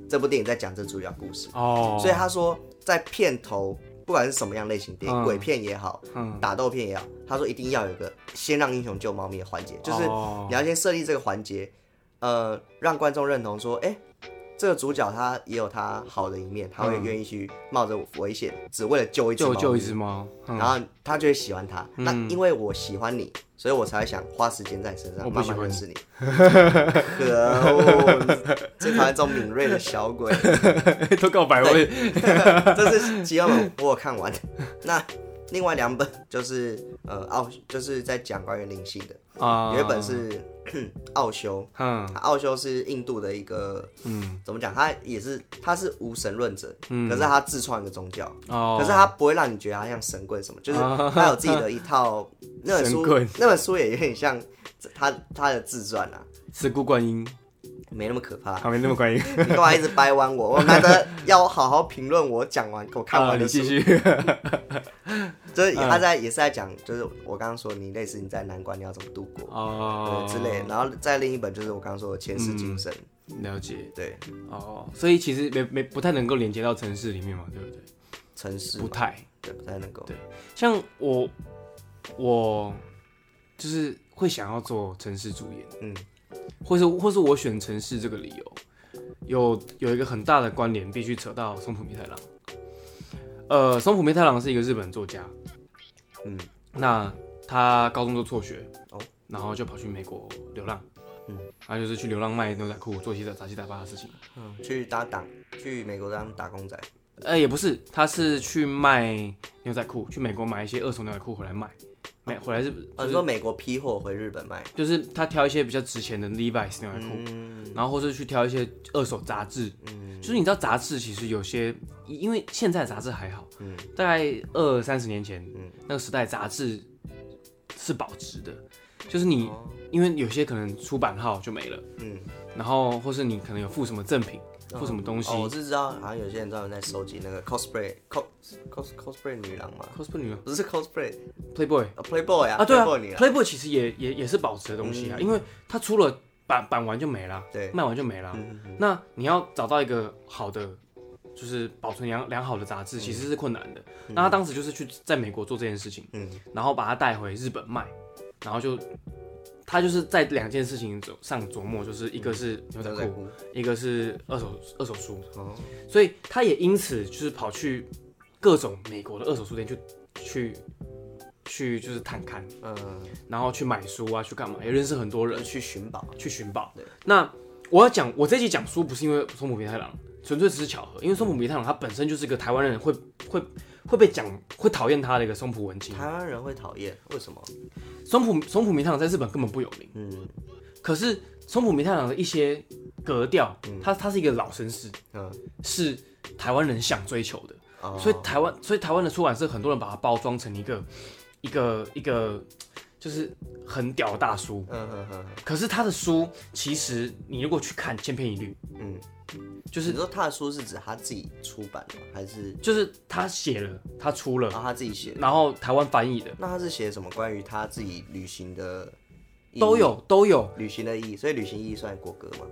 S2: 这部电影在讲这主角故事。
S1: 哦，
S2: 所以他说，在片头不管是什么样类型电影，
S1: 嗯
S2: 鬼片也好，
S1: 嗯
S2: 打斗片也好，他说一定要有一个先让英雄救猫咪的环节，就是
S1: 哦
S2: 你要先设立这个环节，呃，让观众认同说，哎、这个主角他也有他好的一面，他会愿意去冒着危险，只为了救一只
S1: 嗯
S2: 猫
S1: 救
S2: 咪
S1: 救一只猫，嗯
S2: 然后他就会喜欢他。那因为我喜欢你，所以我才会想花时间在你身
S1: 我
S2: 上，
S1: 不
S2: 慢
S1: 喜欢
S2: 慢
S1: 你
S2: 认识你。可恶，最讨厌这种敏锐的小鬼。 [laughs]
S1: 都告白我也 [laughs]
S2: 这是其中一本我有看完。 [laughs] 那另外两本就是呃奥，就是在讲关于灵性的，
S1: 啊，
S2: 有一本是 [coughs] 奥修，
S1: 嗯
S2: 他奥修是印度的一个
S1: 嗯
S2: 怎么讲？他也是他是无神论者，
S1: 嗯
S2: 可是他自创一个宗教，
S1: 哦，啊
S2: 可是他不会让你觉得他像神棍什么，就是他有自己的一
S1: [laughs]
S2: 套。那本
S1: 神
S2: 书
S1: 棍
S2: 那本书也有点像他他的自传啊，
S1: 是孤观音，
S2: 没那么可怕。
S1: 旁边那么观音，
S2: 你干嘛一直掰弯我？我难得要好好评论我讲完我 [laughs]
S1: [laughs]
S2: 看
S1: 啊
S2: 完
S1: 你
S2: 的书
S1: 继。续，嗯
S2: 就是他在、也是在讲，就是我刚刚说你类似你在难关你要怎么度过、
S1: 哦嗯
S2: 对之类的，然后再另一本就是我刚刚说的前世今生，
S1: 了解
S2: 对，
S1: 哦，所以其实没没不太能够连接到城市里面嘛，对不对？
S2: 城市
S1: 不太，
S2: 对不太能够
S1: 对像我，我就是会想要做城市主演，
S2: 嗯，
S1: 或是或是我选城市这个理由，有有一个很大的关联，必须扯到松浦弥太郎。呃，松浦弥太郎是一个日本作家，
S2: 嗯，
S1: 那他高中就辍学，
S2: 哦
S1: 然后就跑去美国流浪，
S2: 嗯，
S1: 他就是去流浪卖牛仔裤，做一些杂七杂八的事情。
S2: 去打打去美国当打工仔，
S1: 呃，也不是，他是去卖牛仔裤，去美国买一些二手牛仔裤回来卖，买回来是
S2: 哦，你说美国批货回日本卖，
S1: 就是他挑一些比较值钱的 Levi's 牛仔裤，然后或是去挑一些二手杂志，就是你知道杂志其实有些，因为现在的杂志还好，大概二三十年前、那个时代杂志是保值的，就是你、因为有些可能出版号就没了，
S2: 嗯
S1: 然后或是你可能有附什么赠品，附什么东西、
S2: 哦，我是知道，好像有些人专门在收集那个 cosplay cos cos cosplay 女郎嘛，
S1: c o s p l a y 女郎
S2: 不是 cosplay
S1: Playboy
S2: 啊 playboy 啊
S1: 啊，对啊
S2: playboy 女郎，
S1: ，Playboy 其实也也也是保值的东西啊，因为它出了版版完就没了，
S2: 对嗯
S1: 卖完就没了。那你要找到一个好的，就是保存良良好的
S2: 嗯
S1: 杂志，其实是困难的。那他当时就是去在美国做这件事情，
S2: 嗯
S1: 然后把它带回日本卖，然后就他就是在两件事情上琢磨，就是一个是牛仔
S2: 嗯牛仔
S1: 裤，
S2: 裤，
S1: 一个是二手二手书，
S2: 哦
S1: 所以他也因此就是跑去各种美国的二手书店去去去就是探勘。
S2: 嗯，
S1: 然后去买书啊，去干嘛，也认识很多人
S2: 人去寻宝，
S1: 去寻宝
S2: 对。
S1: 那我要讲，我这一集讲书不是因为松浦弥太郎，纯粹只是巧合，因为松浦弥太郎他本身就是一个台湾人会会会被讲会讨厌他的一个松浦文青。
S2: 台湾人会讨厌，为什么？
S1: 松浦松浦弥太郎在日本根本不有名，
S2: 嗯
S1: 可是松浦弥太郎的一些格调，他他是一个老绅士，
S2: 嗯，
S1: 是台湾人想追求的。
S2: 哦
S1: 所以台湾，所以台湾的出版社很多人把它包装成一个一个一个，就是很屌的大叔。
S2: 嗯嗯嗯
S1: 可是他的书，其实你如果去看，千篇一律，
S2: 嗯，
S1: 就
S2: 你
S1: 是
S2: 说他的书是指他自己出版的吗，还是
S1: 就是他写了，他出了，
S2: 然后他自己写的？
S1: 然后台湾翻译的
S2: 那他是写什么关于他自己旅行的意义？
S1: 都有都有，
S2: 旅行的意义，所以旅行意义算国歌
S1: [laughs]
S2: 吗？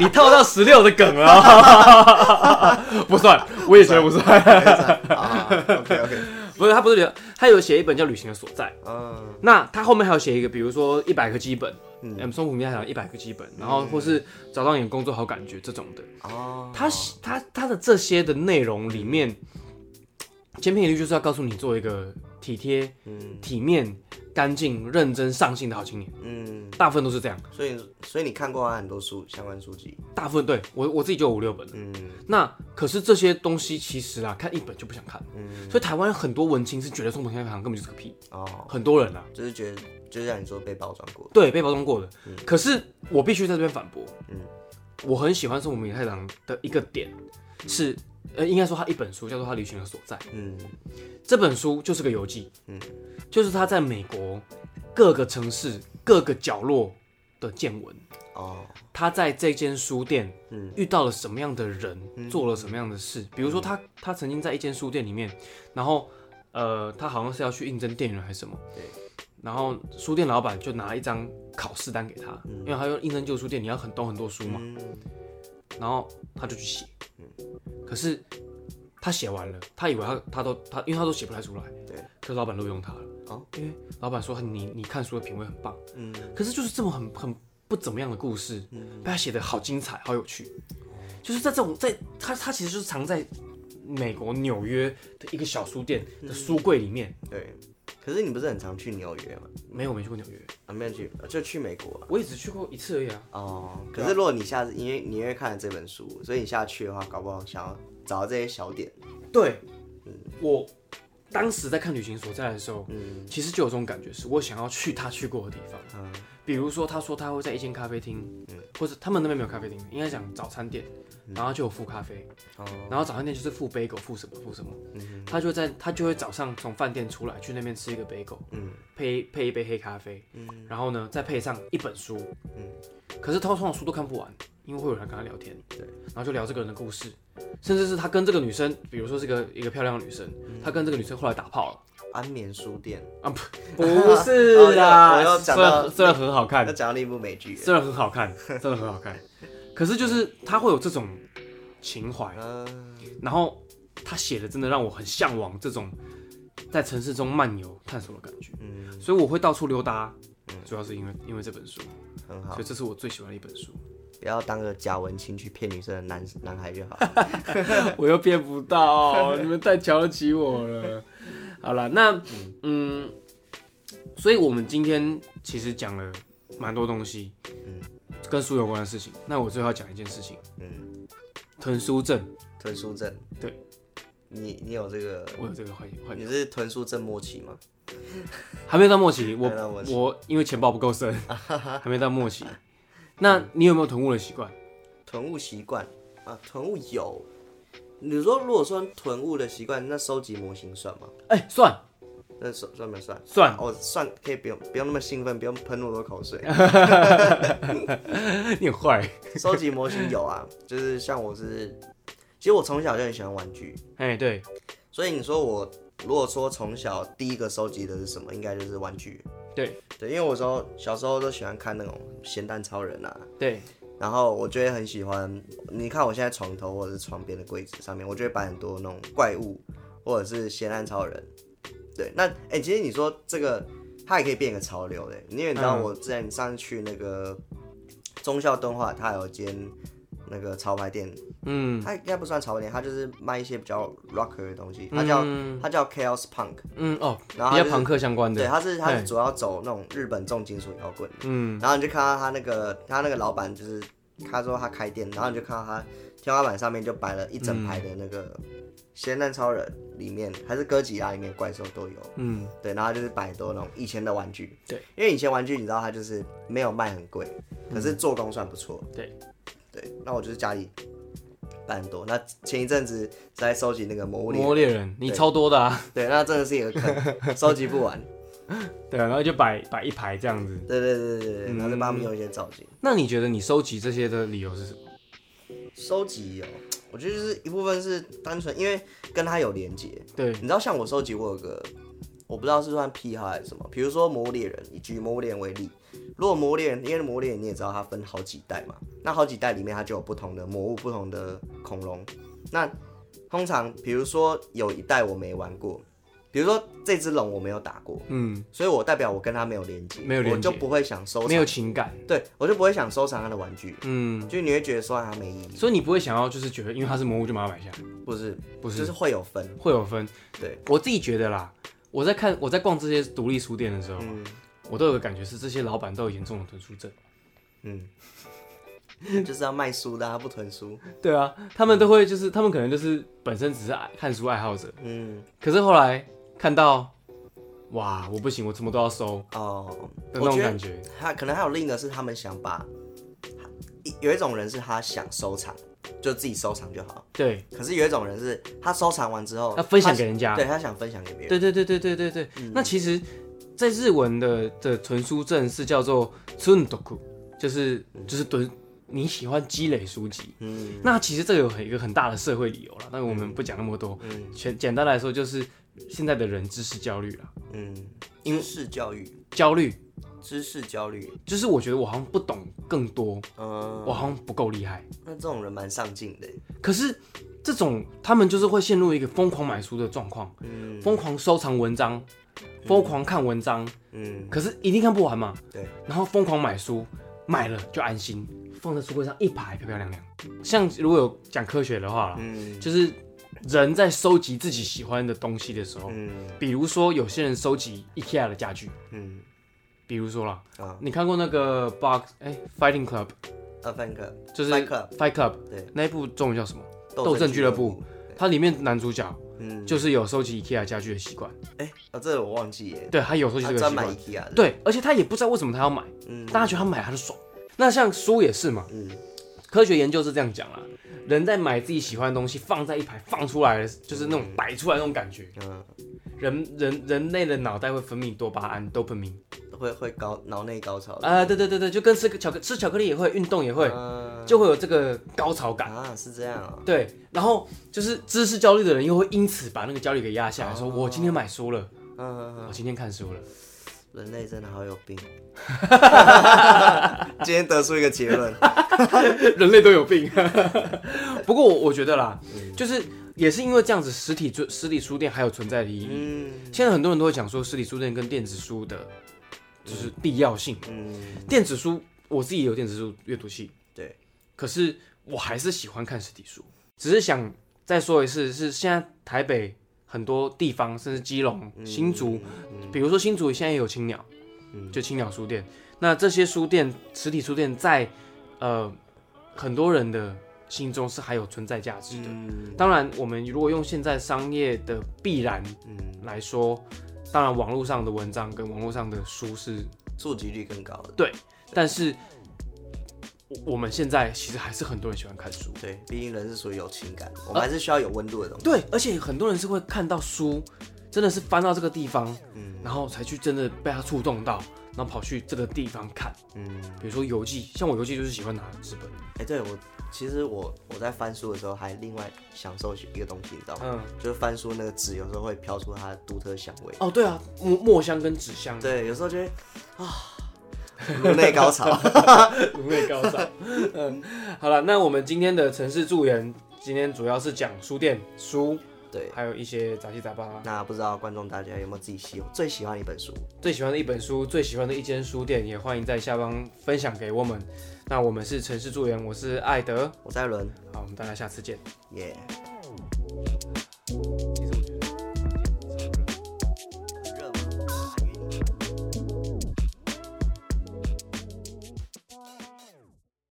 S1: 你套到十六的梗了 [laughs] 哦，不算，我也觉得不算，
S2: 啊，OK OK，
S1: 不是他不是留，他有写一本叫《旅行的所在》，
S2: 嗯
S1: 那他后面还有写一个，比如说一百个基本，嗯，松浦弥太郎一百个基本，然后或是找到你的工作好感觉这种的，
S2: 哦，
S1: 他写他他的这些的内容里面，千篇一律就是要告诉你做一个体贴、
S2: 嗯
S1: 体面、干净、认真、上进的好青年，
S2: 嗯，
S1: 大部分都是这样。
S2: 所以所以你看过他很多书相关书籍，
S1: 大部分对我我自己就有五六本了。
S2: 嗯
S1: 那可是这些东西其实啊，看一本就不想看，
S2: 嗯
S1: 所以台湾很多文青是觉得松本太郎根本就是个屁，
S2: 哦，
S1: 很多人啊，
S2: 就是觉得就是像你说被包装过，
S1: 对被包装过的。可是我必须在这边反驳，
S2: 嗯
S1: 我很喜欢松本太郎的一个点是，呃，应该说他一本书叫做《他旅行的所在》。
S2: 嗯
S1: 这本书就是个游记，
S2: 嗯
S1: 就是他在美国各个城市、各个角落的见闻。
S2: 哦
S1: 他在这间书店
S2: 嗯
S1: 遇到了什么样的人，做了什么样的事。比如说他，他曾经在一间书店里面，然后呃，他好像是要去应征店员还是什么，
S2: 对，
S1: 然后书店老板就拿一张考试单给他，因为他要应征旧书店，你要很懂很多书嘛，
S2: 嗯
S1: 然后他就去写，可是他写完了，他以为他他都他，因为他都写不太出来，
S2: 对，
S1: 可是老板录用他了，
S2: 哦，
S1: 因为老板说你你看书的品味很棒，
S2: 嗯
S1: 可是就是这么很很不怎么样的故事，被他写的好精彩，好有趣，就是在这种在他他其实就是藏在美国纽约的一个小书店的书柜里面，
S2: 对，可是你不是很常去纽约吗？
S1: 没有没去过纽约，
S2: 啊没有去，就去美国啊。
S1: 嗯我也只去过一次而已啊，
S2: 哦，可是如果你下次因为你因为看了这本书，所以你下去的话，搞不好想要找到这些小点，
S1: 对，我当时在看《旅行所在》的时候，
S2: 嗯
S1: 其实就有这种感觉，是我想要去他去过的地方。
S2: 嗯
S1: 比如说，他说他会在一间咖啡厅，或者他们那边没有咖啡厅，应该讲早餐店，然后就有附咖啡，
S2: 嗯哦嗯
S1: 然后早餐店就是附 bagel，附什么附什么，他就在他就会早上从饭店出来去那边吃一个 bagel，
S2: 嗯
S1: 配配一杯黑咖啡，
S2: 嗯
S1: 然后呢再配上一本书，可是他通常书都看不完，因为会有人跟他聊天，
S2: 对，
S1: 然后就聊这个人的故
S2: 嗯
S1: 事，甚至是他跟这个女生，比如说是个一个漂亮的女生，他跟这个女生后来打炮了，
S2: 安眠书店，
S1: 不 [laughs] 是
S2: 哦要我
S1: 啦，
S2: 要
S1: 虽
S2: 讲到
S1: 然虽然很好看
S2: 要，讲到另一部美剧，
S1: 虽然很好
S2: [laughs]
S1: 看，真的很好看，可是就是他会有这种情怀，
S2: 嗯，
S1: 然后他写的真的让我很向往这种在城市中漫游探索的感觉，
S2: 嗯
S1: 所以我会到处溜达，主要是因为因为这本书，
S2: 很好
S1: 所以，这是我最喜欢的一本书，
S2: 不要当个假文青去骗女生的男男
S1: [laughs]
S2: 孩就好。
S1: 我又变不到，你们太瞧得起我了。好了，那嗯，所以我们今天其实讲了蛮多东西，
S2: 嗯
S1: 跟书有关的事情。那我最后要讲一件事情，
S2: 嗯，
S1: 囤书症，
S2: 豚书症，
S1: 对，
S2: 你你有这个，
S1: 我有这个坏坏，
S2: 你是豚书症末期吗？
S1: 还没到末期，我
S2: 还没到末期
S1: 我因为钱包不够
S2: [laughs]
S1: 深，还没到末期。那你有没有囤物的习惯？
S2: 囤物习惯啊，囤物有。你说如果说囤物的习惯，那收集模型算吗？
S1: 哎、算
S2: 那算算不算？
S1: 算， [laughs]
S2: 哦，算可以不用不用那么兴奋，不用喷那么多口水。 [laughs]
S1: 你很坏。
S2: 收集模型有啊，就是像我是，其实我从小就很喜欢玩具，
S1: 哎、对，
S2: 所以你说我如果说从小第一个收集的是什么，应该就是玩具。
S1: 对
S2: 对，因为我时候小时候都喜欢看那种咸蛋超人啊，
S1: 对，
S2: 然后我就会很喜欢，你看我现在床头或者是床边的柜子上面，我就会摆很多那种怪物或者是咸蛋超人。对，那哎、诶其实你说这个，它也可以变一个潮流的，因为你知道
S1: 嗯
S2: 我之前上次去那个中校动画，它有间那个潮牌店，
S1: 嗯
S2: 它应该不算潮牌店，它就是卖一些比较 rocker 的东西，它叫、它叫 chaos punk，
S1: 嗯哦，比
S2: 然后它
S1: 较
S2: 就是
S1: 朋克相关
S2: 对，
S1: 的，
S2: 它是它是
S1: 嘿
S2: 主要走那种日本重金属摇滚。
S1: 嗯
S2: 然后你就看到他那个他那个老板就是他说他开店，然后你就看到他天花板上面就摆了一整排的那个
S1: 嗯
S2: 咸蛋超人里面还是哥吉拉里面怪兽都有，
S1: 嗯，
S2: 对，然后就是摆很多那种以前的玩具，
S1: 对，嗯
S2: 因为以前玩具你知道它就是没有卖很贵，可是做工算不错，
S1: 对
S2: 对，那我就是家里摆很多，那前一阵子在收集那个魔物
S1: 魔
S2: 猎，
S1: 物猎人，你超多的啊。
S2: 对，那真的是一个坑，收集不完，
S1: 对啊，然后就摆摆一排这样子。
S2: 对对对对
S1: 嗯
S2: 对，然后就帮他们用一些造型。
S1: 那你觉得你收集这些的理由是什么？
S2: 收集哦，我觉得就是一部分是单纯因为跟它有连接。
S1: 对
S2: 你，知道，像我收集我有个，我不知道是算癖好还是什么，比如说《魔物猎人》，以举《魔物猎人》为例，如果《魔物猎人》，因为《魔物猎人》你也知道它分好几代嘛，那好几代里面它就有不同的魔物、不同的恐龙。那通常比如说有一代我没玩过，比如说这只龙我没有打过，
S1: 嗯，
S2: 所以我代表我跟它没有连接，
S1: 没有连
S2: 我就
S1: 结
S2: 不会想收
S1: 没有
S2: 藏，
S1: 情感，
S2: 对我就不会想收藏它的玩具，
S1: 嗯，
S2: 就你会觉得收藏它没意义。
S1: 所以你不会想要就是觉得，因为它是魔物就把它买下来，
S2: 不是，
S1: 不是
S2: 就是会有分。
S1: 会有分。
S2: 对，
S1: 我自己觉得啦，我在看我在逛这些独立书店的时候，啊
S2: 嗯
S1: 我都有个感觉是这些老板都有严重的囤书症。
S2: 嗯，就是要卖书的、啊，不囤书。
S1: 对啊，他们都会就是他们可能就是本身只是爱看书爱好者，
S2: 嗯，
S1: 可是后来看到，哇，我不行，我什么都要收
S2: 哦，
S1: 的那
S2: 我
S1: 种
S2: 觉得
S1: 感觉。
S2: 他可能还有另一个是他们想把，一有一种人是他想收藏，就自己收藏就好。
S1: 对，
S2: 可是有一种人是他收藏完之后，
S1: 要分享给人家
S2: 他，对他想分享给别人。嗯
S1: 对对对对对对对。那其实，在日文的的存书证是叫做 tsundoku，就是就是囤你喜欢积累书籍。
S2: 嗯
S1: 那其实这个有很一个很大的社会理由了，但我们不讲那么多。
S2: 嗯
S1: 简简单来说，就是现在的人知识焦虑了，
S2: 嗯，知识教育，
S1: 焦虑
S2: 知识焦虑。
S1: 就是我觉得我好像不懂更多，
S2: 嗯，
S1: 我好像不够厉害。
S2: 那这种人蛮上进的。
S1: 可是这种他们就是会陷入一个疯狂买书的状况，
S2: 嗯
S1: 疯狂收藏文章，疯狂看文章，
S2: 嗯，
S1: 可是一定看不完嘛。
S2: 对，
S1: 然后疯狂买书，买了就安心，放在书柜上一排漂漂亮亮。像如果有讲科学的话啦，
S2: 嗯
S1: 就是人在收集自己喜欢的东西的时候，
S2: 嗯
S1: 比如说有些人收集 IKEA 的家具，
S2: 嗯
S1: 比如说啦，
S2: 啊，
S1: 你看过那个 Box 哎 Fighting Club
S2: 二分哥，
S1: 就是
S2: Fight Club
S1: Fight Club
S2: 对
S1: 那一部中文叫什么？
S2: 斗
S1: 斗
S2: 争
S1: 争
S2: 俱
S1: 俱
S2: 乐
S1: 乐
S2: 部
S1: 部，它里面男主角
S2: 嗯，
S1: 就是有收集 IKEA 家具的习惯，
S2: 哎、啊，这个我忘记耶，
S1: 对他有收集
S2: 他
S1: 这个
S2: 专
S1: 习
S2: 买
S1: 惯，
S2: IKEA 的，
S1: 对，而且他也不知道为什么他要买，
S2: 嗯
S1: 大家觉得他买他就爽。那像书也是嘛，
S2: 嗯
S1: 科学研究是这样讲啦，人在买自己喜欢的东西放在一排放出来，就是那种摆出来那种感觉。
S2: 嗯，
S1: 人人人类的脑袋会分泌多巴胺、多苯明
S2: 会会高脑内高潮的，
S1: 啊，对对对对，就跟吃个巧克吃巧克力也会，运动也会，
S2: 嗯
S1: 就会有这个高潮感。
S2: 啊是这样啊、
S1: 对，然后就是知识焦虑的人又会因此把那个焦虑给压下来，说我今天买书了，
S2: 哦嗯，
S1: 我今天看书了，
S2: 人类真的好有
S1: [laughs]
S2: 病。 [laughs] 今天得出一个结论，
S1: [laughs] 人类都有
S2: [laughs]
S1: 病。不过我我觉得啦，
S2: 嗯
S1: 就是也是因为这样子，实体书实体书店还有存在的意义。
S2: 嗯
S1: 现在很多人都会讲说，实体书店跟电子书的，就是必要性。
S2: 嗯，
S1: 电子书我自己有电子书阅读器，
S2: 对，
S1: 可是我还是喜欢看实体书。只是想再说一次，是现在台北很多地方，甚至基隆、 [laughs]
S2: 嗯
S1: 新竹，比如说新竹现在也有青鸟，
S2: 嗯
S1: 就青鸟书店。那这些书店，实体书店在呃很多人的心中是还有存在价值的。
S2: 嗯
S1: 当然，我们如果用现在商业的必然
S2: 嗯，
S1: 来说，当然网络上的文章跟网络上的书是，
S2: 触及率更高的，
S1: 但是我我们现在其实还是很多人喜欢看书。
S2: 对，毕竟人是属于有情感的，
S1: 啊
S2: 我们还是需要有温度的东西。
S1: 对，而且很多人是会看到书，真的是翻到这个地方，
S2: 嗯
S1: 然后才去真的被它触动到，然后跑去这个地方看。
S2: 嗯，
S1: 比如说游记，像我游记就是喜欢拿纸本。
S2: 哎，对我其实我我在翻书的时候还另外享受一个东西，你知道吗？
S1: 嗯，
S2: 就是翻书那个纸有时候会飘出它的独特香味。
S1: 哦，对啊，墨墨香跟纸香，
S2: 对，有时候就会啊，颅内高潮。
S1: 如味高涨。嗯，好了，那我们今天的城市助人，今天主要是讲书店、书，
S2: 对，
S1: 还有一些杂七杂八。
S2: 那不知道观众大家有没有自己喜最喜欢的一本书？
S1: 最喜欢的一本书，最喜欢的一间书店，也欢迎在下方分享给我们。那我们是城市助人，我是艾德，
S2: 我在轮，
S1: 好，我们大家下次见。
S2: 耶、
S3: Thank